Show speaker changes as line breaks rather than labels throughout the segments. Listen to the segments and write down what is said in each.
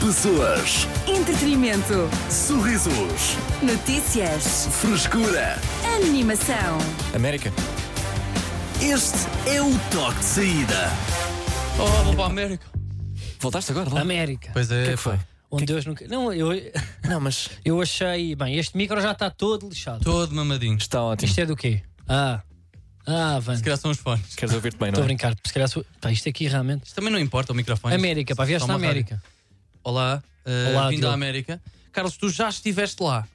Pessoas,
Entretenimento.
sorrisos,
Notícias.
frescura.
Animação.
América.
Este é o toque de saída.
Oh, vou para a América.
Voltaste agora? Lá?
América.
Pois
O que é
é,
que foi?
Onde Deus nunca. Não, eu,
Não, mas
eu achei. Bem, este micro já está todo lixado.
todo mamadinho. Se
está ótimo.
Isto é do quê? Ah. Ah, Van. Estou
calhar são os fones.
Queres ouvir-te bem, não
a
é?
brincar. Se calhar. sou- Pá, isto aqui realmente.
Também não importa o microfone.
América, pá, vieste
Só
na
uma rádio.
América.
Olá, eh,
Olá,
vindo
Diogo.
à América. Carlos, tu já estiveste lá,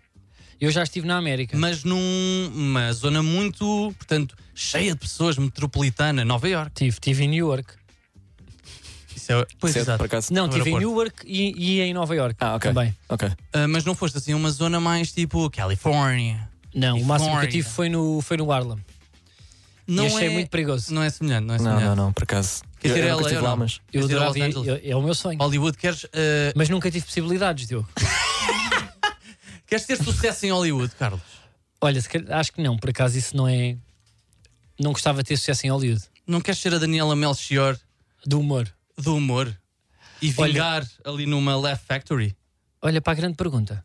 Eu já estive na América.
mas numa zona muito, portanto, cheia de pessoas, metropolitana, Nova Iorque.
Estive, estive em New York.
Isso é, pois
Certo,
exato.
por acaso?
Não,
No
estive em
aeroporto.
Newark e, e em Nova York.
Ah, ok.
Também.
Ok.
Ah, mas não foste assim a uma zona mais tipo Califórnia.
Não,
E
o máximo que eu
Flórida.
tive foi no, foi no Harlem.
Não
e achei muito perigoso.
Não é semelhante, não é
Não,
semelhante.
não, não, por acaso.
Quer dizer, é
eu
ela
nunca estive
eu
lá,
não.
mas.
Eu
Quer dizer,
adorava
Los
ir,
Angeles.
eu- é o meu sonho.
Hollywood, queres, eh,
Mas nunca tive possibilidades, Diogo.
queres ter sucesso em Hollywood, Carlos?
Olha, se calhar- acho que não, por acaso isso não é. Não gostava de ter sucesso em Hollywood.
Não queres ser a Daniela Melchior
Do humor.
do humor e
Olha-
vingar ali numa Laugh Factory?
Olha, para a grande pergunta.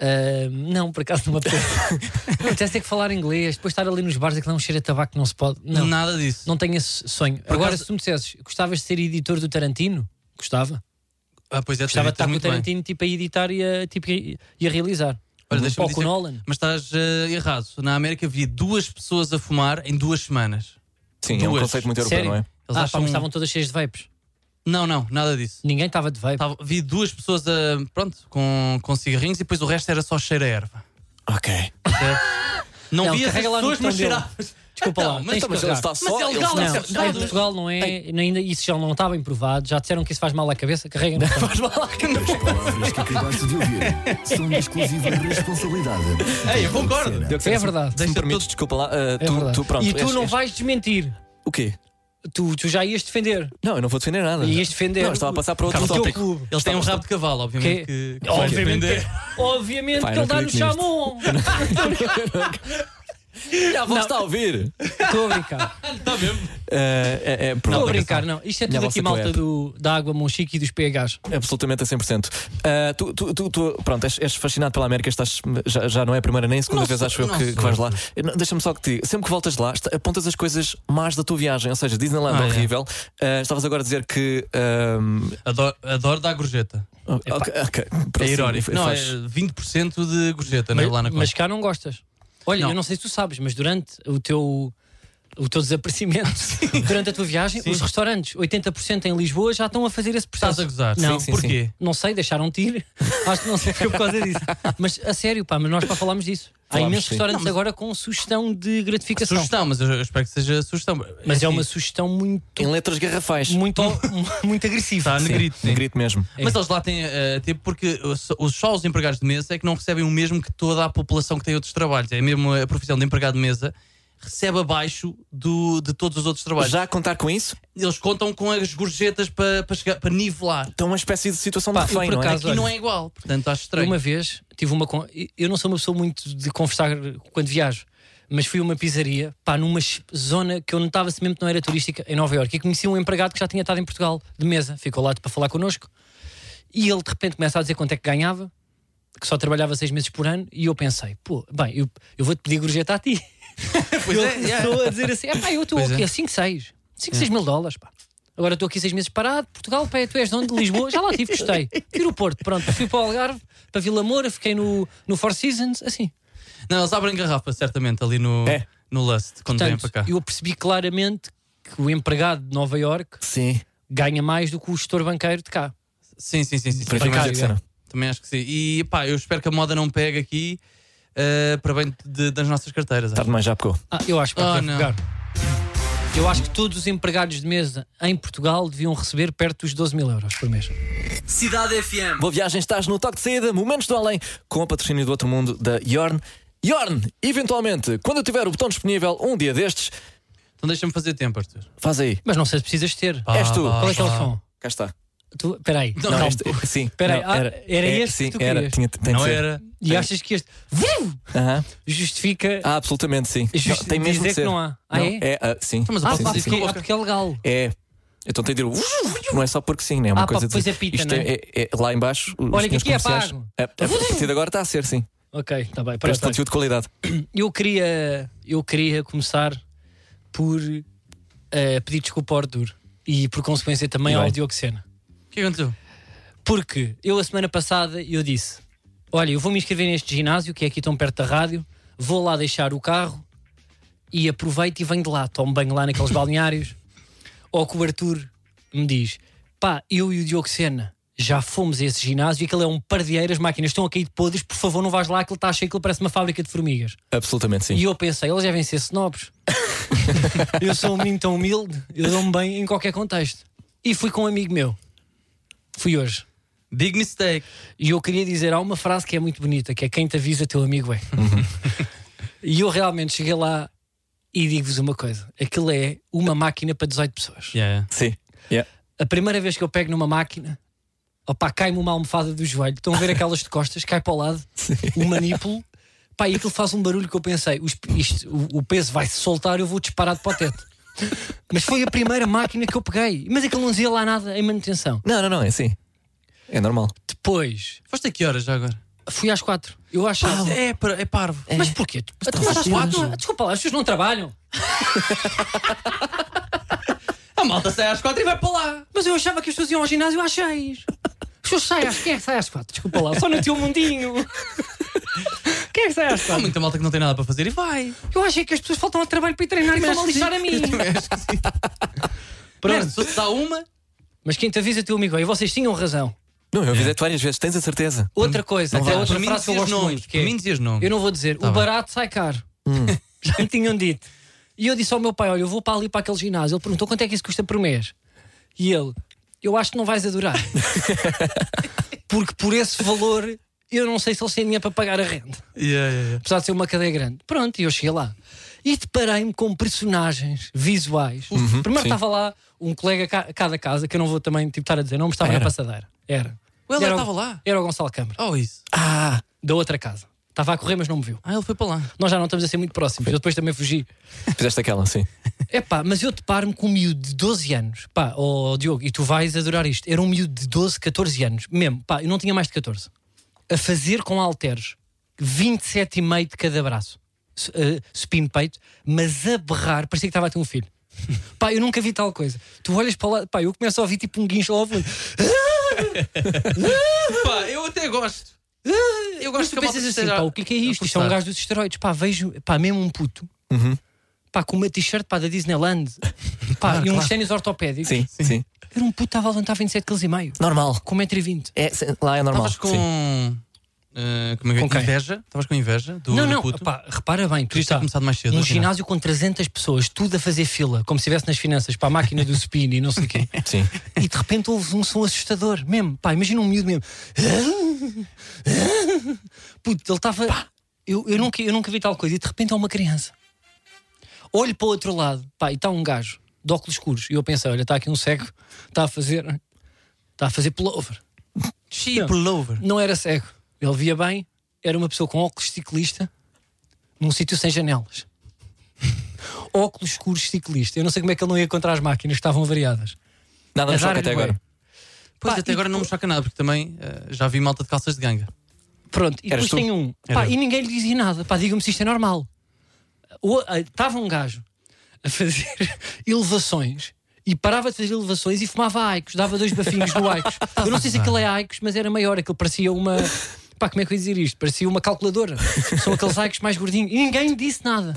Ah, não, por acaso não me apetece. não me apetece ter que falar inglês, depois estar ali nos bares e que dá um cheiro a tabaco que não se pode. Não, não,
Nada disso.
tenho esse sonho. Agora,
acaso-
se tu me dissesses, gostavas de ser editor do Tarantino? Gostava.
Ah, pois é,
Gostava de estar com o
muito bem.
Tarantino tipo, a editar e a, tipo, e e a realizar.
Olha, deixa-me
Ou com o
dizer-
Nolan.
Mas estás eh, errado. Na América vi duas pessoas a fumar em duas semanas.
Sim, é um
Duas.
conceito muito europeu,
Sério?
não é?
Eles
ah, pá,
acham-
mas estavam todas cheias de vapes.
Não, não, nada disso.
Ninguém estava de vape.
Tava- vi duas pessoas a, pronto, com, com cigarrinhos e depois o resto era só cheiro a erva.
Ok.
Não,
Não,
vi as
carrega lá no
pessoas, mas
botão dele.
cheiravas.
Desculpa lá,
Então, mas
tens de
Então, mas ele
carregar.
está só.
Mas é
ele
legal,
está-
isso
Não,
Certo, certo.
em Portugal não é, ainda, isso já não estava improvado, já disseram que isso faz mal à cabeça, carrega no botão.
é
As palavras que acabaste de ouvir são de exclusiva responsabilidade.
Ei, eu concordo.
Terceira.
Diogo Sena,
É
se-
verdade.
Se me
Deixa
permites, desculpa lá. ah,
É
tu,
verdade.
tu, pronto.
e tu
és-
não
és-
vais desmentir,
O quê?
tu, tu já ias defender,
Não, eu não vou defender nada.
ias defender
Não, eu estava a passar para outro
é o teu
tópico.
clube.
Ele tem um rabo de cavalo, obviamente. Que, que vai
Obviamente,
depender.
que, obviamente
Pá,
que
eu
ele dá
não
no
acredito
chamon.
Já vou estar a ouvir.
Estou a brincar,
Ah, é, é,
estou
pronto.
a brincar, não. Isto é
Minha
tudo aqui
vossa
malta
colega.
do, da água Monchique e dos PHs.
Absolutamente a 100%. Ah, tu, tu, tu, tu- pronto, és, és fascinado pela América, estás, já, já não é a primeira nem a segunda
Não
vez,
sou-
acho eu,
não
que,
sou.
que vais lá. Eh, não, Deixa-me só que te diga, sempre que voltas lá, esta- apontas as coisas más da tua viagem, ou seja, Disneyland
Ah,
é
é.
horrível. Ah, estavas agora a dizer que. ahm,
Adoro, adoro dar gorjeta.
ok, ok,
É
prossiga,
irónico.
e
Não, é
faz.
20% de gorjeta né,
Mas,
lá na
mas
conta.
cá não gostas. Olha,
Não.
eu não sei se tu sabes, mas durante o teu. O teu desaparecimento durante a tua viagem, os restaurantes, 80% em Lisboa, já estão a fazer esse processo.
Estás a gozar.
Não,
Sim, sim,
porquê?
Não sei, deixaram-te ir. Acho que não sei foi por causa disso. Mas a sério, pá, mas nós para falámos disso. Há
Falámos,
imensos
sim.
restaurantes agora com sugestão de gratificação.
Sugestão, mas eu eu espero que seja sugestão.
Mas é
assim,
uma sugestão muito,
Em letras garrafais.
muito, muito agressiva.
Está
Sim,
Tá, negrito. sim.
negrito mesmo.
Mas eles lá têm, eh, tipo, porque só- os- só os empregados de mesa é que não recebem o mesmo que toda a população que tem outros trabalhos. É mesmo a profissão de empregado de mesa recebe abaixo do, de todos os outros trabalhos.
Já a contar com isso?
Eles contam com as gorjetas para para chegar- para nivelar.
Então, uma espécie de situação
Pá,
de
eu
refém,
por
não é?
acaso-
Aqui
olha.
não é igual, portanto acho
Eu
estranho.
Uma vez tive uma. con- Eu não sou uma pessoa muito de conversar quando viajo, mas fui a uma pizzaria, pá, numa es- zona que eu notava se mesmo que não era turística, em Nova Iorque, e conheci um empregado que já tinha estado em Portugal, de mesa, ficou lá para falar connosco, e ele de repente começa a dizer quanto é que ganhava, que só trabalhava seis meses por ano, e eu pensei, pô, bem, eu, eu vou-te pedir gorjeta a ti.
Pois
ele
é,
começou a dizer assim: é pá, eu estou
Pois
aqui
é.
a 5, 6, 5, 6 mil dólares, pá. Agora estou aqui seis meses parado, Portugal, pá, tu és de onde? De Lisboa, já lá tive, gostei. Tiro o Porto, pronto, fui para o Algarve, para Vila Moura, fiquei no, no Four Seasons, assim.
Não, eles abrem garrafa, certamente, ali no,
É.
no Lust, quando vêm para
Portanto,
cá.
eu percebi claramente que o empregado de Nova Iorque
Sim,
ganha mais do que o gestor banqueiro de cá.
Sim, sim, sim, sim.
para né?
sim.
cá,
que cena.
Também acho que sim. E pá, eu espero que a moda não pegue aqui eh, para bem de- das nossas carteiras. acho.
Tarde demais, já pegou.
Ah, eu acho que
Ah,
vai
não.
pegar. Eu acho que todos os empregados de mesa em Portugal deviam receber perto dos 12 mil euros por mês.
Cidade FM.
Boa viagem, estás no Toque de Saída, Momentos do Além, com o patrocínio do Outro Mundo da Yorn. Yorn, eventualmente, quando eu tiver o botão disponível um dia destes,
Então deixa-me fazer tempo, Arthur.
faz aí.
Mas não sei se precisas ter.
És tu.
pá,
Qual é que é o
pá.
som?
Cá está.
Tu, peraí.
Ah, Não,
Não,
calma.
este- é- sim.
Peraí,
não, é,
ah, era este que
sim,
tu
era,
querias?
tinha, tem
Não
de ser.
era.
E achas que este Vrum!
Aham.
justifica
Ah, absolutamente, sim.
Justi-
Não, tem mesmo
dizer
de ser.
que não há. Ah,
Não,
é?
ah, sim.
Mas
Ah,
sim,
pá,
sim,
porque,
sim.
ah, porque é legal.
É. Então tem de ir. Não é só porque sim, né? é uma
Ah, pá,
coisa de.
pois apita,
isto
não
é, é- é lá embaixo. Os
Olha, que
senhores
aqui é
comerciais-
pago.
A, a partir de agora está a ser, sim.
Ok, está
Para
bem. Pronto,
este conteúdo de qualidade.
eu queria, eu queria começar por eh, pedir desculpa ao Arthur e por consequência também
E
ao
bem.
Dioxena.
O que aconteceu?
Porque eu a semana passada eu disse: Olha, eu vou me inscrever neste ginásio que é aqui tão perto da rádio, vou lá deixar o carro e aproveito e venho de lá, tomo banho lá naqueles balneários. Ou que o Arthur me diz: Pá, eu e o Dioxena já fomos a esse ginásio e aquilo é um pardieiro, as máquinas estão a cair de podres, por favor, não vais lá, aquilo está cheio, aquilo parece uma fábrica de formigas.
Absolutamente sim.
E eu pensei, eles devem ser snobs. eu sou um menino tão humilde, eu dou-me bem em qualquer contexto. E fui com um amigo meu. Fui hoje.
Big mistake.
E eu queria dizer, há uma frase que é muito bonita, que é quem te avisa teu amigo é. e eu realmente cheguei lá e digo-vos uma coisa: aquilo é uma máquina para 18 pessoas.
Yeah.
Sim. Yeah.
A primeira vez que eu pego numa máquina, opá, cai-me uma almofada do joelho. Estão a ver aquelas de costas, cai para o lado, o manipulo, pá, e aquilo faz um barulho que eu pensei: os- isto- o, o peso vai se soltar, eu vou disparado para o teto. Mas foi a primeira máquina que eu peguei. Mas aquilo não dizia lá nada em manutenção.
Não, não, não, é assim. É normal.
Depois,
Foste a que horas já agora?
fui às quatro. Eu achava.
é, par- é parvo.
Mas porquê? Tu- tu
às
vais às
quatro?
quatro? Ah, Desculpa lá, as pessoas não trabalham.
A malta sai às quatro e vai para lá.
Mas eu achava que as pessoas iam ao ginásio às seis. As pessoas saem às, quem é que sai às quatro? Desculpa lá, só no teu mundinho. Quem é que sai às
Há
quatro?
muita malta que não tem nada para fazer e vai.
Eu achei que as pessoas faltam ao trabalho para ir treinar e estão a lixar a mim.
Pronto, se fosse dá uma,
Mas quem te avisa é teu amigo. E vocês tinham razão.
Não, eu avisei-te várias vezes, tens a certeza.
Outra coisa, até
vá.
outra
Por mim
frase que eu
dizias
gosto
nomes,
muito. que é,
por mim dizias nomes.
Eu não vou dizer. o
Tá bem. Hum.
barato sai caro. Já me tinham dito. E eu disse ao meu pai, olha, eu vou para ali para aquele ginásio. Ele perguntou, quanto é que isso custa por mês? E ele, eu acho que não vais adorar. Porque por esse valor, eu não sei se eles têm dinheiro para pagar a renda.
Yeah, yeah, yeah.
Apesar de ser uma cadeia grande. Pronto, e eu cheguei lá. E deparei-me com personagens visuais.
Uhum,
Primeiro
sim.
estava lá um colega ca- a cada casa, que eu não vou também tipo, estar a dizer, não me estava na passadeira. Era.
O Helder
Era o-
estava lá.
Era o Gonçalo Câmara,
Oh, isso.
Ah!
da outra casa. Estava a correr, mas não me viu.
Ah, ele foi para lá.
Nós já não estamos a ser muito próximos. Eu depois também fugi.
Fizeste aquela, sim.
É pá, mas eu deparo-me com um miúdo de 12 anos. Pá, ó Diogo, e tu vais adorar isto. Era um miúdo de 12, 14 anos. Mesmo, pá, eu não tinha mais de 14. A fazer com halteres 27,5 de cada braço. S- eh, Supino peito, mas a berrar, parecia que estava a ter um filho. pá, eu nunca vi tal coisa. Tu olhas para lá, pá, eu começo a ouvir tipo um guincho ao fundo.
Pá, eu até gosto. Ah, Eu
Mas
gosto
tu
que a malta
pensas assim,
esteja
pá, o que é que é isto?
a
Isto é um
forçar.
gajo dos esteroides. Pá, vejo, pá, mesmo um puto.
Uhum.
Pá, com uma t-shirt pá, da Disneyland pá, e uns ténis ortopédicos.
Sim, sim.
Era um puto que estava a levantar 27,5 kg.
Normal.
Com 1,20m.
É, sim, lá é normal.
Estavas com.
sim.
eh, como é que é?
Com quem?
Inveja? Estavas com inveja do,
Não,
do
não,
puto?
pá, repara bem, tu
Querias ter
está
começado mais cedo,
num
afinal.
ginásio com 300 pessoas, tudo a fazer fila, como se estivesse nas finanças, para a máquina do spin e não sei o quê.
Sim.
E de repente ouves um som assustador, mesmo. Pá, imagina um miúdo mesmo. Puto, ele estava. Eu, eu, nunca, eu nunca vi tal coisa. E de repente é uma criança. Olho para o outro lado, pá, e está um gajo de óculos escuros. E eu pensei, olha, está aqui um cego, está a fazer. Está a fazer pullover.
Cheap lover.
Não era cego. Ele via bem, era uma pessoa com óculos de ciclista num sítio sem janelas. óculos escuros de ciclista. Eu não sei como é que ele não ia contra as máquinas que estavam variadas.
Nada me choca
Azar-lhe
até
bué.
agora.
Pois
Pá,
até
e
agora não me choca nada, porque também eh, já vi malta de calças de ganga.
Pronto, e
Eras
depois
tu?
tem um.
Era
Pá,
eu.
e ninguém lhe dizia nada. Pá, digam-me se isto é normal. Estava um gajo a fazer elevações e parava de fazer elevações e fumava Aicos, dava dois bafinhos no Aicos. Eu não sei se aquilo é Aicos, mas era maior, aquilo parecia uma. Pá, como é que eu ia dizer isto? Parecia uma calculadora. São aqueles Aicos mais gordinhos. E ninguém lhe disse nada.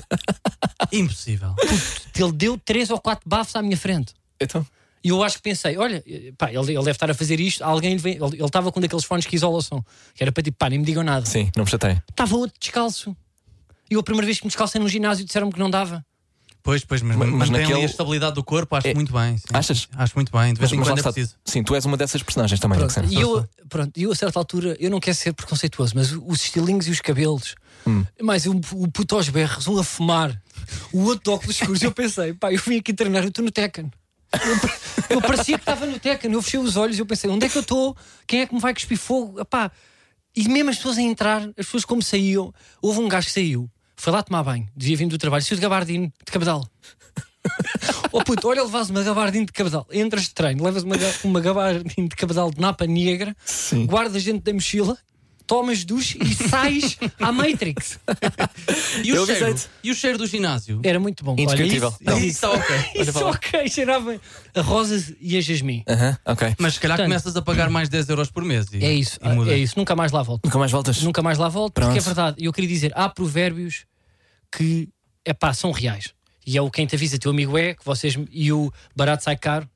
Impossível.
Ele deu três ou quatro bafos à minha frente.
Então,
E eu acho que pensei, olha, pá, ele, ele deve estar a fazer isto, alguém lhe vem, ele ele estava com um daqueles fones que isolam o som, que era para tipo, pá, nem me digam nada.
sim, não me chatei.
Estava outro descalço. E eu a primeira vez que me descalcei num ginásio disseram-me que não dava.
Pois, pois, mas,
Mas-
mas,
mas
mantém ali
naquele-
a estabilidade do corpo, acho
É.
muito bem. sim.
Achas?
Acho muito bem. De vez em
lá
quando é
está.
preciso.
Sim, tu és uma dessas personagens também,
Pronto,
Alexandre.
e eu, pronto, e eu a certa altura, eu não quero ser preconceituoso, mas o- os estilinhos e os cabelos, mais um, o puto aos berros, um a fumar, o outro de óculos escuros, eu pensei, pá, eu vim aqui treinar, eu estou no Tekken. Eu, pa- eu parecia que estava no Tekken, eu fechei os olhos e eu pensei, onde é que eu estou? Quem é que me vai cuspir fogo? Epá, e mesmo as pessoas a entrar, as pessoas como saíam, houve um gajo que saiu, foi lá tomar banho, devia vir do trabalho, saiu de gabardino, de cabedal. Oh puto, olha, levas uma gabardinha de cabedal. Entras de treino, levas uma, ga- uma gabardinha de cabedal de napa negra, guardas dentro da mochila, tomas duche e sais à Matrix.
E o,
Eu
cheiro,
avisei-te.
e o cheiro do ginásio?
Era muito bom. Olha,
Indescritível.
isso-
Não.
Isso está ok.
É
Olha
Isso
para lá.
ok, cheirava a rosas e a jasmim.
Aham, ok.
Mas se calhar
Portanto-
começas a pagar mais 10 euros por mês. E,
É isso,
e muda.
é isso. Nunca mais lá volto.
Nunca mais voltas.
Nunca mais lá volto,
Pronto.
porque é verdade. E Eu queria dizer, há provérbios que, é pá, são reais. E é o quem te avisa, teu amigo é, que vocês, e o barato sai caro,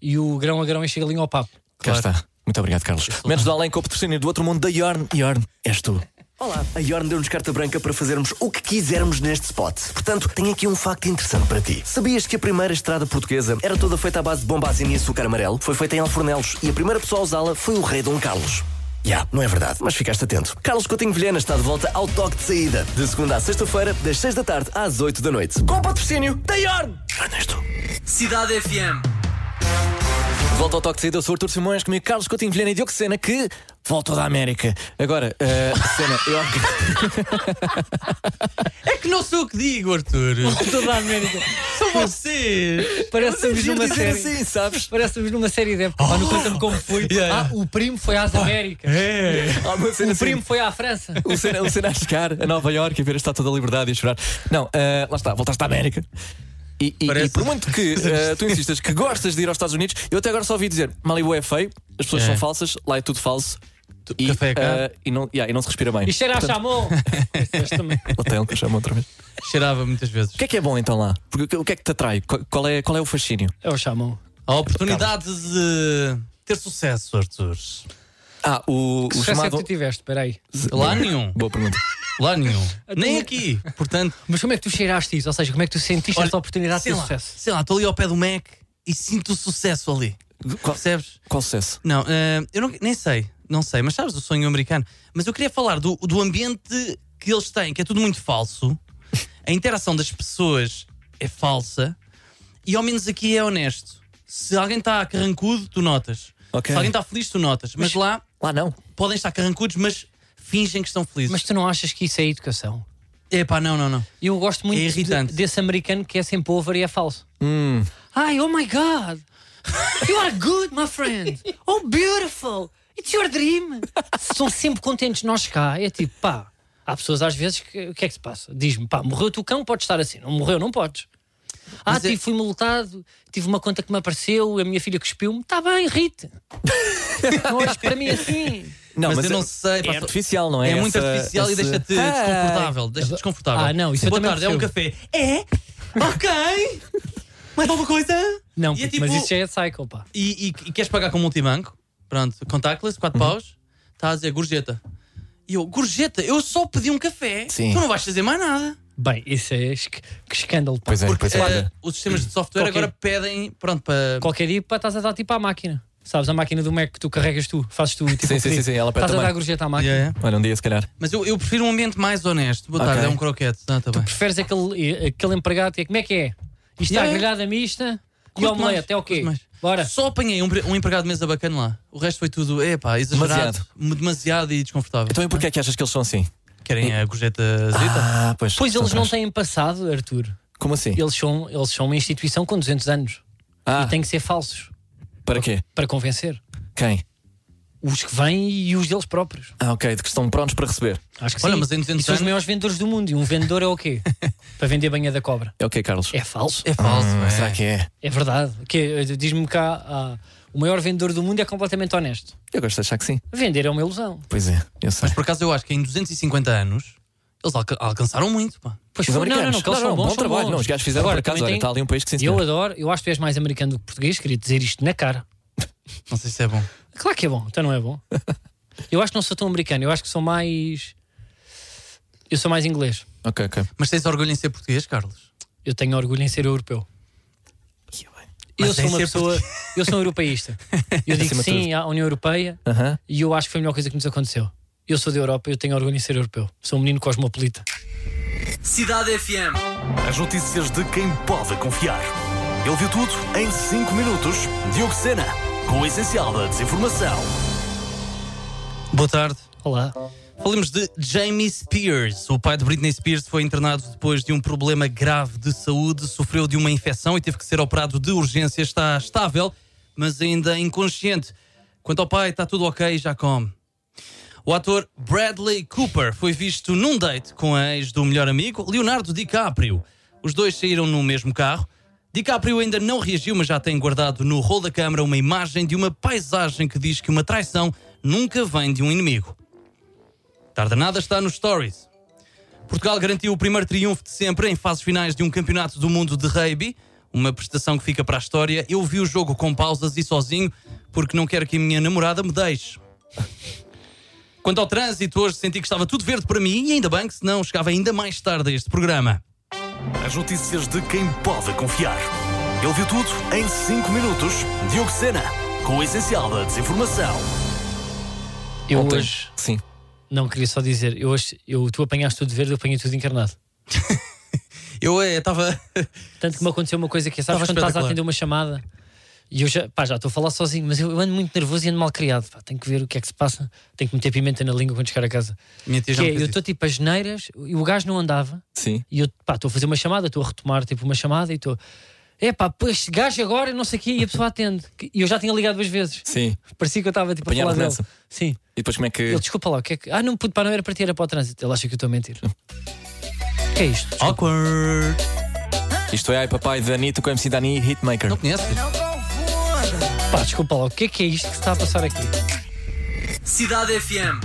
e o grão a grão enche a galinha ao papo.
Cá está. Muito obrigado, Carlos. Menos do além com o patrocínio do outro mundo da Yorn. Yorn, és tu.
Olá, a Yorn deu-nos carta branca para fazermos o que quisermos neste spot. Portanto, tenho aqui um facto interessante para ti. Sabias que a primeira estrada portuguesa era toda feita à base de bombazina e açúcar amarelo? Foi feita em Alfornelos e a primeira pessoa a usá-la foi o rei Dom Carlos. Já, não é verdade, mas ficaste atento. Carlos Coutinho Vilhena está de volta ao toque de saída, de segunda à sexta-feira, das seis da tarde às oito da noite. Com o patrocínio da Yorn! Ernesto.
Cidade FM.
De volta ao toque de saída, eu sou o Artur Simões, comigo Carlos Coutinho Vilhena e Diogo Sena, que voltou da América. Agora, eh, Sena, eu...
É que não sou o que digo, Arthur. Então
Toda a América.
São vocês.
Parece-nos numa série.
assim, sabes?
Parece-nos numa série de época. Pá, não conta-me como foi.
Oh, Yeah, é,
Ah, o primo foi às Américas.
Há uma cena
O
assim.
primo foi à França.
O Senna, o Senna a chegar a Nova Iorque a ver a Estátua da Liberdade e a chorar. Não, eh, lá está, voltaste à América. E, e-
Parece-
e por muito que eh, tu insistas que gostas de ir aos Estados Unidos, eu até agora só ouvi dizer Malibu é feio, as pessoas
É.
são falsas, lá é tudo falso. E,
café é caro.
eh, e, não, yeah, e não se respira bem.
E cheira a chamon.
Hotel que chama outra vez.
Cheirava muitas vezes.
O que é que é bom então lá? Porque, o que é que te atrai? Qual- Qual é, qual é o fascínio?
É o chamon.
A oportunidade de ter sucesso, Arthur.
Ah, o, o
Sucesso é que
chamado.
tu tiveste, peraí.
Lá nenhum.
Boa pergunta.
Lá nenhum. Nem aqui. Portanto,
Mas como é que tu cheiraste isso? Ou seja, como é que tu sentiste
Olha,
essa oportunidade de
sei
ter
lá,
sucesso?
sei lá, estou ali ao pé do Mac e sinto o sucesso ali.
Qual,
Percebes?
qual sucesso?
Não, eh, eu não- nem sei, não sei, mas sabes do sonho americano. Mas eu queria falar do, do ambiente que eles têm, que é tudo muito falso. A interação das pessoas é falsa e ao menos aqui é honesto. Se alguém está carrancudo, tu notas.
Ok.
Se alguém está feliz, tu notas. Mas, lá
Lá não.
podem estar carrancudos, mas fingem que estão felizes.
Mas tu não achas que isso é educação?
Epá, não, não, não.
Eu gosto muito
É
de-
irritante. Hum.
desse americano que é sempre over e é falso. Ai, oh my God! You are good, my friend! Oh, beautiful! It's your dream! Estão sempre contentes nós cá. É tipo, pá, há pessoas às vezes que o que é que se passa? Diz-me, pá, morreu o teu cão, podes estar assim. Não morreu, não podes. Ah,
Mas é-
tive, fui multado, tive uma conta que me apareceu, a minha filha cuspiu-me. Está bem, irrita. não olhes para mim assim.
Não,
mas, eu
é-
não sei.
É
pá,
artificial, não é?
É muito
Essa-
artificial e
esse-
deixa-te
Ah,
desconfortável. Deixa-te desconfortável.
Ah, não, isso eu
Boa
também
tarde, é um café. É? Ok! Mais alguma coisa?
Não,
E é
puto,
tipo-
mas isso já é cycle, pá.
E, e- e queres pagar com multibanco? Pronto, contactless, 4
Uhum.
paus. Está a dizer gorjeta. E eu, gorjeta, eu só pedi um café.
Sim.
Tu não vais fazer mais nada.
Bem, isso é esc- que escândalo, pá.
Pois é, pois é.
Eh, os sistemas de software
Qualquer-
agora pedem, pronto, para.
Qualquer dia pá, estás a dar tipo à máquina. Sabes, a máquina do Mac que tu carregas tu, fazes tu tipo.
Sim,
o
sim,
pedido.
sim, sim, ela pede
Estás a
também.
dar gorjeta à máquina.
Yeah, yeah.
Olha, um dia se calhar.
Mas eu, eu prefiro um ambiente mais honesto. Boa tarde,
Ok.
é um croquete. Não, tá bem.
Preferes aquele, aquele empregado que é como é que é? Isto está
Yeah, yeah.
grelhada mista e
Curto mais,
omelete, é o quê?
curto mais.
Bora.
Só apanhei um, pre- um empregado de mesa bacana lá. O resto foi tudo, epá, exagerado. Demasiado, demasiado e desconfortável.
Então e porquê é que achas que eles são assim?
Querem a gorjeta zita?
Ah, pois.
Pois eles
são
não
trans.
têm passado, Arthur.
Como assim?
Eles são, eles são uma instituição com 200 anos.
Ah,
Têm que ser falsos
para quê?
para convencer.
Quem?
Os que vêm e os deles próprios.
Ah, ok, de que estão prontos para receber.
Acho que
Olha,
sim.
mas em 200
e são os
anos-
maiores vendedores do mundo. E um vendedor é o quê? para vender banha da cobra.
É o quê, Carlos?
É falso.
É falso,
Hum,
é.
Será que é?
É verdade. Que, eh, Diz-me cá, ah, o maior vendedor do mundo é completamente honesto.
Eu gosto de achar que sim.
Vender é uma ilusão.
Pois é, eu sei.
Mas por acaso eu acho que em 250 anos eles alca- alcançaram muito, pá.
Pois
Os
foi- não, não,
americanos.
não, que eles são bons,
bom
são
trabalho.
bons.
Não, os gajos fizeram
Agora,
por acaso.
também
Olha,
tem-
está ali um país que sim,
Eu
senhor.
adoro, eu acho que tu és mais americano do que português, queria dizer isto na cara.
Não sei se é bom.
Claro que é bom, então não é bom. Eu acho que não sou tão americano, eu acho que sou mais. Eu sou mais inglês.
Ok, ok.
Mas tens orgulho em ser português, Carlos?
Eu tenho orgulho em ser europeu.
Mas
Eu sou
em
uma
ser
pessoa. Eu sou um europeísta. Eu digo
Acima de
sim à União Europeia
Aham.
e eu acho que foi a melhor coisa que nos aconteceu. Eu sou da Europa, eu tenho orgulho em ser europeu. Sou um menino cosmopolita.
Cidade FM.
As notícias de quem pode confiar. Ele viu tudo em 5 minutos. Diogo Sena, com o essencial da desinformação.
Boa tarde.
Olá.
Falamos de Jamie Spears. O pai de Britney Spears foi internado depois de um problema grave de saúde, sofreu de uma infecção e teve que ser operado de urgência. Está estável, mas ainda inconsciente. Quanto ao pai, está tudo ok, já come. O ator Bradley Cooper foi visto num date com a ex do melhor amigo, Leonardo DiCaprio. Os dois saíram no mesmo carro. DiCaprio ainda não reagiu, mas já tem guardado no rol da câmara uma imagem de uma paisagem que diz que uma traição nunca vem de um inimigo. Tarda nada está nos stories. Portugal garantiu o primeiro triunfo de sempre em fases finais de um campeonato do mundo de rugby. Uma prestação que fica para a história. Eu vi o jogo com pausas e sozinho, porque não quero que a minha namorada me deixe. Quanto ao trânsito, hoje senti que estava tudo verde para mim e ainda bem que senão chegava ainda mais tarde a este programa.
As notícias de quem pode confiar. Ele viu tudo em 5 minutos. Diogo Sena, com o essencial da desinformação.
Eu
Ontem.
hoje.
Então, Sim.
Não, queria só dizer, eu hoje, eu, tu apanhaste tudo de verde, eu apanhei tudo encarnado.
Eu eh, estava.
Tanto que me aconteceu uma coisa que é, sabes
Estava
quando estás a
espetacular.
atender uma chamada e eu já, pá, já estou a falar sozinho, mas eu, eu ando muito nervoso e ando mal criado. Pá, tenho que ver o que é que se passa, tenho que meter pimenta na língua quando chegar a casa.
Minha tia
Que
já me
é,
fez
eu
isso.
estou tipo as neiras e o gajo não andava
Sim.
e eu pá, estou a fazer uma chamada, estou a retomar tipo uma chamada e estou. É pá, pô, este gajo agora, não sei o quê, e a pessoa atende. Que- E eu já tinha ligado duas vezes.
Sim.
Parecia que eu estava tipo, a
Apanharam
falar dele.
nessa.
Sim.
E depois como é que.
Ele, desculpa lá, o que é que. Ah, não, puto, pá, não era para ti, era para o trânsito. Ele acha que eu estou a mentir. O que é isto?
Ah.
Awkward.
Isto é Ai Papai da Anitta com MC Dani e Hitmaker.
Não conheces?
Pá, desculpa lá, o que é que é isto que se está a passar aqui?
Cidade FM.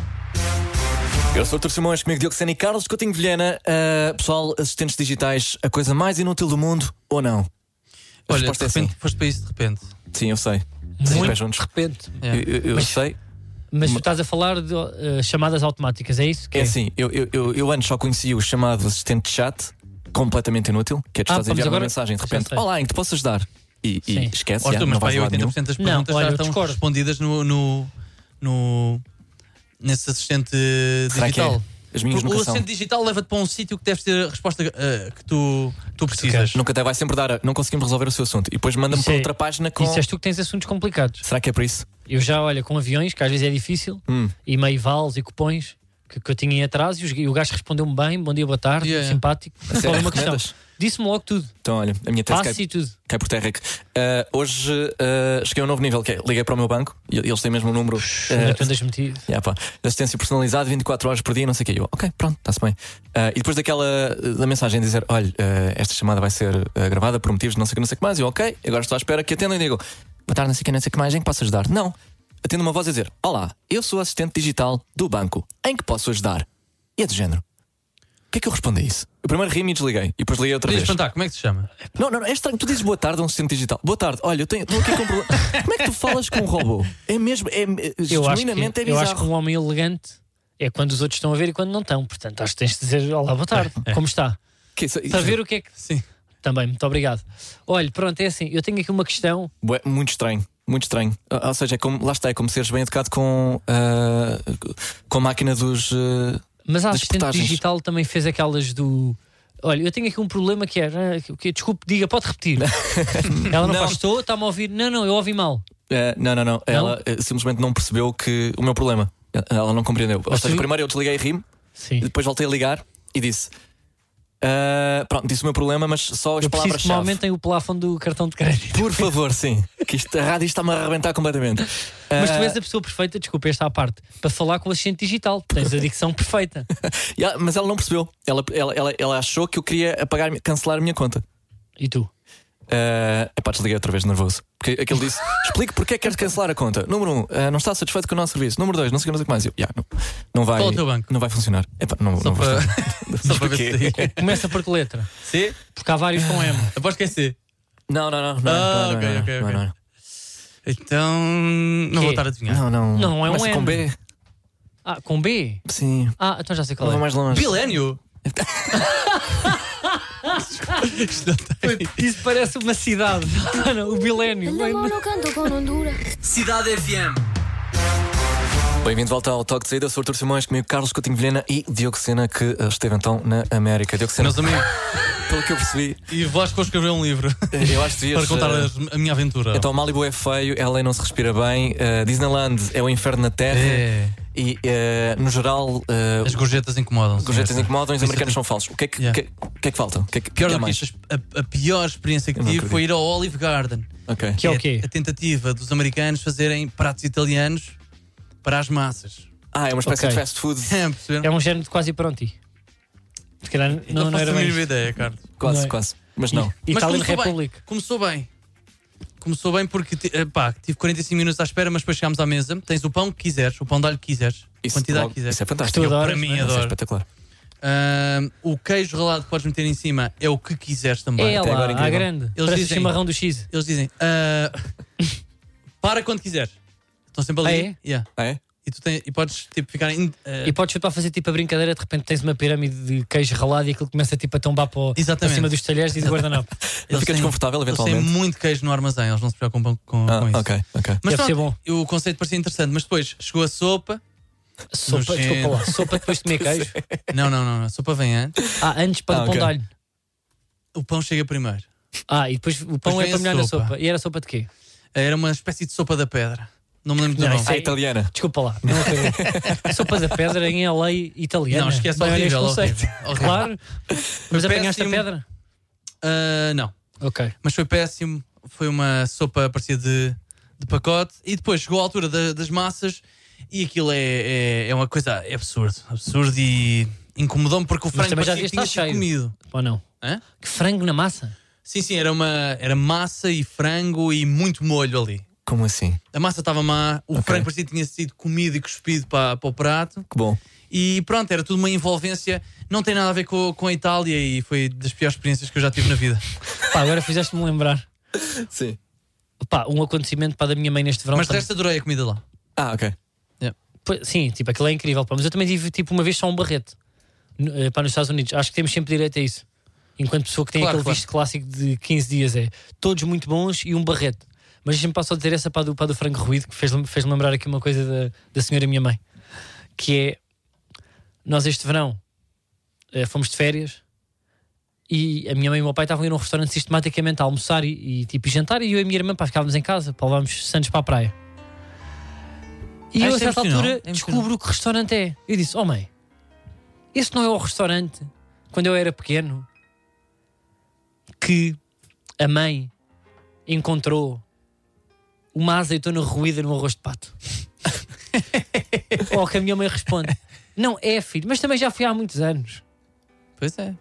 Eu sou o Artur Simões, comigo Diogo Sena e Carlos Coutinho de Vilhena. Ah, pessoal, assistentes digitais, a coisa mais inútil do mundo ou não? A
Olha, de
resposta é
repente
sim.
foste para isso de repente.
Sim, eu sei. Sim,
Muito
pés juntos. É.
de repente.
Eu, eu- eu
Mas-
sei.
Mas tu estás a falar de eh, chamadas automáticas, é isso? Que
É assim, eu, eu, eu, eu antes só conheci o chamado assistente de chat, completamente inútil, que é tu
Ah,
estás a
vamos
enviar uma
agora-
mensagem de
Já
repente:
sei.
Olá, em que te posso ajudar? E, e
Sim.
esquece,
Ó,
já,
tu,
não
mas
vais
pai,
a lado
80%
nenhum.
das perguntas
Não, olha,
já
eu
estão
discordo.
respondidas no, no, no- nesse assistente
Será que é?
digital.
As minhas
Porque o
nunca são.
assistente digital leva-te para um sítio que deve ter a resposta eh, que tu, tu precisas.
Nunca até vai sempre dar. a- Não conseguimos resolver o seu assunto. E depois manda-me
Isso
para
é-
outra página com.
Isso és tu que tens assuntos complicados.
Será que é por isso?
Eu já, olha, com aviões, que às vezes é difícil,
Hum.
e meio vales e cupões que, que eu tinha em atraso, e, os- e o gajo respondeu-me bem, bom dia, boa tarde,
Yeah.
simpático.
sério?
Qual é uma questão?
Recomendas?
Disse-me logo tudo,
Então, olha, a minha tese cai,
passe e tudo.
cai por terra. é que, ah, hoje ah, cheguei a um novo nível, que é liguei para o meu banco e eles têm mesmo um número.
Onde é
ah,
que tu andas metido?
Yeah, pá. Assistência personalizada, 24 horas por dia, não sei o que. Eu, ok, pronto, está-se bem. Ah, e depois daquela eh, da mensagem dizer: olha, eh, esta chamada vai ser eh, gravada por motivos de não sei o que, não sei o que mais. Eu, ok, agora estou à espera que atendam e digo: boa tarde, não sei o que, não sei o que mais, em que posso ajudar? Não. Atendo uma voz a dizer: Olá, eu sou assistente digital do banco, em que posso ajudar? E é do género. O que é que eu respondo a isso? Eu primeiro ri-me e desliguei, e depois liguei outra
Podias
vez.
perguntar, como é que se chama?
Não, não, não, é estranho. Tu dizes boa tarde a um assistente digital. Boa tarde, olha, eu tenho, estou aqui com um problema. Como é que tu falas com um robô? É mesmo, é, é
Eu acho,
genuinamente
que,
é
eu
bizarro.
acho que um homem elegante é quando os outros estão a ver e quando não estão. Portanto, acho que tens de dizer olá, boa tarde,
É.
como está?
Que isso-
Para ver o que é que.
Sim.
Também, muito obrigado. Olha, pronto, é assim, eu tenho aqui uma questão.
Bué, muito estranho, muito estranho. Ah, Ou seja, é como, lá está, é como seres bem educado com, ah, com a máquina dos. ah,
Mas a
Das
assistente
portagens.
digital também fez aquelas do. Olha, eu tenho aqui um problema que era. o que, desculpe, diga, pode repetir. Ela não, faz, estou, está-me a ouvir. Não, não, eu ouvi mal.
ah, não, não, não. Ela ah, simplesmente não percebeu que o meu problema. Ela não compreendeu. Ou
Mas
seja,
tu-
primeiro eu desliguei e rimo,
Sim.
depois voltei a ligar e disse. ah, pronto, disse o meu problema, mas só as
Eu preciso que me
palavras-chave.
aumentem o plafond do cartão de crédito.
Por favor, sim. Que isto, a rádio está-me a arrebentar completamente. Ah.
Mas tu és a pessoa perfeita, desculpa, esta à parte, para falar com o assistente digital. Tens a dicção perfeita.
E ela- mas ela não percebeu. Ela, ela, ela, ela achou que eu queria apagar, a minha- cancelar a minha conta.
E tu?
É epá, desliguei outra vez nervoso. Porque aquele disse: explique porque é que queres cancelar a conta. Número 1, um, eh, não está satisfeito com o nosso serviço. Número 2, não sei o que não sei o que mais. Eu, "Ya, não, não vai,
Qual é o teu banco?"
Não vai funcionar. Epá, não,
Só
não vai
para,
funcionar.
só para ver se daí.
Começa por que letra?
C?
Porque há vários com M.
Aposto que é C.
Não, não, não. Não,
Ah,
não, não,
ok,
não,
ok,
não,
ok.
não,
Então. Não vou estar a adivinhar.
não, não.
Não, é um
Começa com
N.
B.
Ah, com B?
Sim,
Tá
Ah, então já sei
não
qual
vou
é.
mais longe.
Bilénio?
Isso parece uma cidade. Ah, não, o bilénio. Bem,
Andamos no canto con Honduras.
Cidade FM.
Bem-vindo de volta ao Toque de Saída. Sou Artur Simões, comigo Carlos Coutinho Vilhena e Diogo Sena, que eh, esteve então na América. Diogo Sena,
Meus amigos,
pelo que eu percebi,
e Vasco escreveu um livro
eh, eu acho que devias.
para contar
eh,
as- a minha aventura.
Então, Malibu é feio, LA não se respira bem, eh, Disneyland é o inferno na Terra.
É.
E eh, no geral, eh,
As gorjetas incomodam.
os gorjetas incomodam e os
Isso
americanos
é-
são falsos. O que é que,
Yeah.
que- o que é que falta? O que é que,
Pior
que há
do que
mais?
isto, a, a pior experiência que
Eu não
tive foi ir ao Olive Garden.
Ok.
Que é o quê?
A tentativa dos americanos fazerem pratos italianos para as massas.
Ah, é uma espécie
Ok.
de fast food.
É, perceberam?
É um género de quase pronti. Se calhar não,
não,
não
faço
era
a
bem.
mínima ideia, Carlos.
Quase,
Não é?
quase. Mas não.
Mas é
Itália
começou
Republic.
Bem. Começou bem. Começou bem porque ti- eh, pá, tive 45 minutos à espera, mas depois chegámos à mesa. Tens o pão que quiseres, o pão de alho que quiseres, a quantidade
logo-
que quiseres.
isso é
Tu
fantástico.
Eu, para
adoras,
mim,
não é?
Isso é
adoro.
espetacular.
Ahm, o queijo ralado que podes meter em cima é o que quiseres também.
É lá,
agora
à
incrível.
grande. Parece
dizem-
o chimarrão do X.
Eles dizem: ah, para quando quiseres. Estão sempre ali.
Ah,
Yeah.
Ah, é?
E, tu tens- e podes tipo, ficar. em- eh,
E podes chutar a fazer tipo a brincadeira, de repente tens uma pirâmide de queijo ralado e aquilo começa tipo a tombar para, o- para
Exatamente.
cima dos talheres e do guardanapo.
Ele
eles
fica
têm-
desconfortável
Eles
eventualmente.
têm muito queijo no armazém, eles não se preocupam com,
Ah,
com isso.
ok, ok.
Mas
Deve ser
pronto, o conceito parecia interessante, mas depois chegou a sopa.
sopa,
Nojento.
desculpa lá, sopa depois de comer queijo.
Não, não, não, não, a sopa vem antes.
Ah, antes para
Ah,
o pão
ok.
de alho.
O pão chega primeiro.
Ah, e depois o pão
Depois
é
vem
para
a
melhor na
sopa.
sopa. E era sopa de quê?
Era uma espécie de sopa da pedra. Não me lembro do
Não,
nome.
isso
É
Ai.
italiana.
Desculpa lá, não acabei. sopa da pedra em LA italiana.
Não, esquece,
Bem, olha
horrível,
este conceito.
horrível, horrível.
Claro, mas apanhaste a
Péssimo.
pedra?
Ah, não,
Ok.
mas foi péssimo. Foi uma sopa parecia de, de pacote. E depois chegou a altura da- das massas e aquilo é, é, é uma coisa é absurdo. Absurdo e incomodou-me porque o frango
também já
parecia que
devia
tinha
estar
sido
cheio.
comido.
Ou não?
Hã?
Que frango na massa?
Sim, sim, era, uma, era massa e frango e muito molho ali.
Como assim?
A massa estava má, o frango parecia que tinha sido comido e cuspido para, para o prato.
Que bom.
E pronto, era tudo uma envolvência, não tem nada a ver com, com a Itália e foi das piores experiências que eu já tive na vida.
Pá, agora fizeste-me lembrar.
Sim.
Pá, um acontecimento para da minha mãe neste verão.
Mas de
também.
resto adorei a comida lá.
Ah, ok.
É. Pois, Sim, tipo, aquilo é incrível. pá. Mas eu também tive tipo, uma vez só um barrete para nos Estados Unidos. Acho que temos sempre direito a isso. Enquanto pessoa que tem
Claro,
aquele
claro.
visto clássico de 15 dias, é todos muito bons e um barrete. Mas deixa-me passar a dizer essa para do, pá do Franco Ruído, que fez-me fez lembrar aqui uma coisa da, da senhora minha mãe, que é nós este verão eh, fomos de férias e a minha mãe e o meu pai estavam a ir a um restaurante sistematicamente a almoçar e, e, tipo jantar e eu e a minha irmã pá, ficávamos em casa para levarmos Santos para a praia. E
Ah,
eu a
isto é
certa
emocional, é
altura
emocional.
descubro que restaurante é. Eu disse, oh mãe, este não é o restaurante quando eu era pequeno que a mãe encontrou uma azeitona ruída no arroz de pato. Ou que a minha mãe responde: Não é, filho, mas também já fui há muitos anos.
Pois é.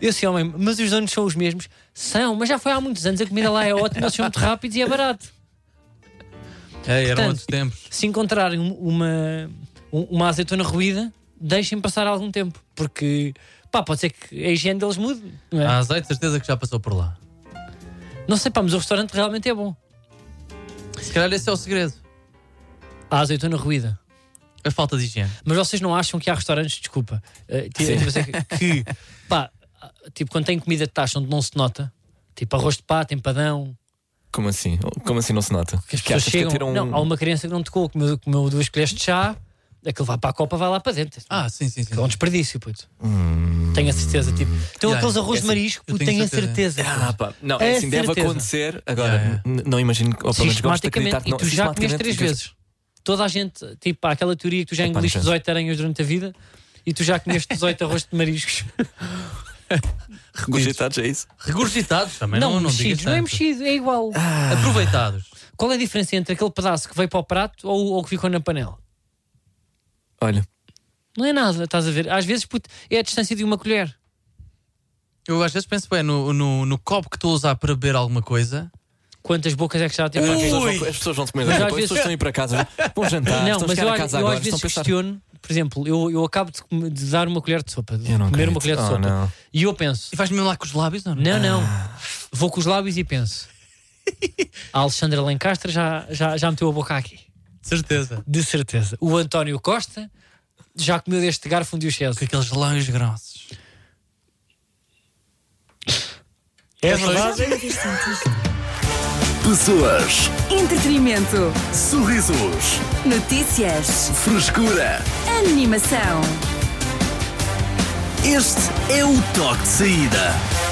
Eu assim, homem, mas os donos são os mesmos? São, mas já foi há muitos anos. A comida lá é ótima, eles são muito rápidos e é barato.
eram É,
Portanto,
outros tempos.
Se encontrarem um- uma, um- uma azeitona ruída, deixem passar algum tempo, porque pá, pode ser que a higiene deles mude. Não, é?
Há azeite, Ah, certeza que já passou por lá.
não sei, pá, mas o restaurante realmente é bom.
Se calhar esse é o segredo.
A azeitona ruída.
A falta de higiene.
Mas vocês não acham que há restaurantes, desculpa, eh, ti-
Sim.
tipo assim, que, pá, tipo, quando tem comida de taxa onde não se nota, tipo arroz de pato, empadão,
Como assim? Como assim não se nota?
que as pessoas
achas
chegam.
que tiram um-
Não, há uma criança que não tocou, comeu, comeu duas colheres de chá, aquilo vai para a copa, vai lá para dentro.
Ah, sim, sim, sim.
Aquilo é um desperdício, puto. Tenho a certeza, tipo. Então
Yeah,
aqueles arroz de
é assim.
marisco,
Eu
puto,
tenho
tenho a
certeza.
certeza.
Ah, pá. Não,
É
assim deve
certeza.
acontecer. Agora,
Yeah, yeah.
n- não imagino, ou pelo menos gosto de acreditar
Sistematicamente,
que
e
não.
tu já comeste
sistematicamente,
três
que eu-
vezes. Toda a gente, tipo, há aquela teoria que tu já
É pá,
engoliste
não sei.
18 aranhas durante a vida e tu já comeste 18 arroz de mariscos.
Regurgitados, é isso?
Regurgitados também, não,
Não,
não,
mexidos,
digas
não é
tanto.
mexido, é igual.
Aproveitados.
Qual é a diferença entre aquele pedaço que veio para o prato ou ou que ficou na panela?
Olha,
Não é nada, estás a ver? Às vezes puto, é a distância de uma colher.
Eu às vezes penso, bem, no, no, no copo que estou a usar para beber alguma coisa,
Quantas bocas é que já
pá,
teve?
as pessoas
Ui!
vão- as pessoas vão-te comer.
Mas às
Depois as
vezes-
pessoas estão a ir para casa. Vão jantar,
não,
Ah, estão a
mas
chegar
eu,
a
às-
casa
eu
agora.
às vezes
estão a pensar.
questiono, por exemplo, eu, eu acabo de, comer- de dar uma colher de sopa, de
Eu não
comer
acredito.
uma colher de
Oh,
sopa.
não. Ah.
E eu penso,
e vais mesmo lá com os lábios, não? é?
não, não, vou com os lábios e penso. A Alexandra Lencastre já, já, já meteu a boca aqui.
De certeza.
De certeza. O António Costa já comeu deste garfo um
Com
diocese.
aqueles lábios grossos.
É
Pessoas,
Entretenimento.
sorrisos,
Notícias.
frescura.
Animação.
Este é o toque de saída.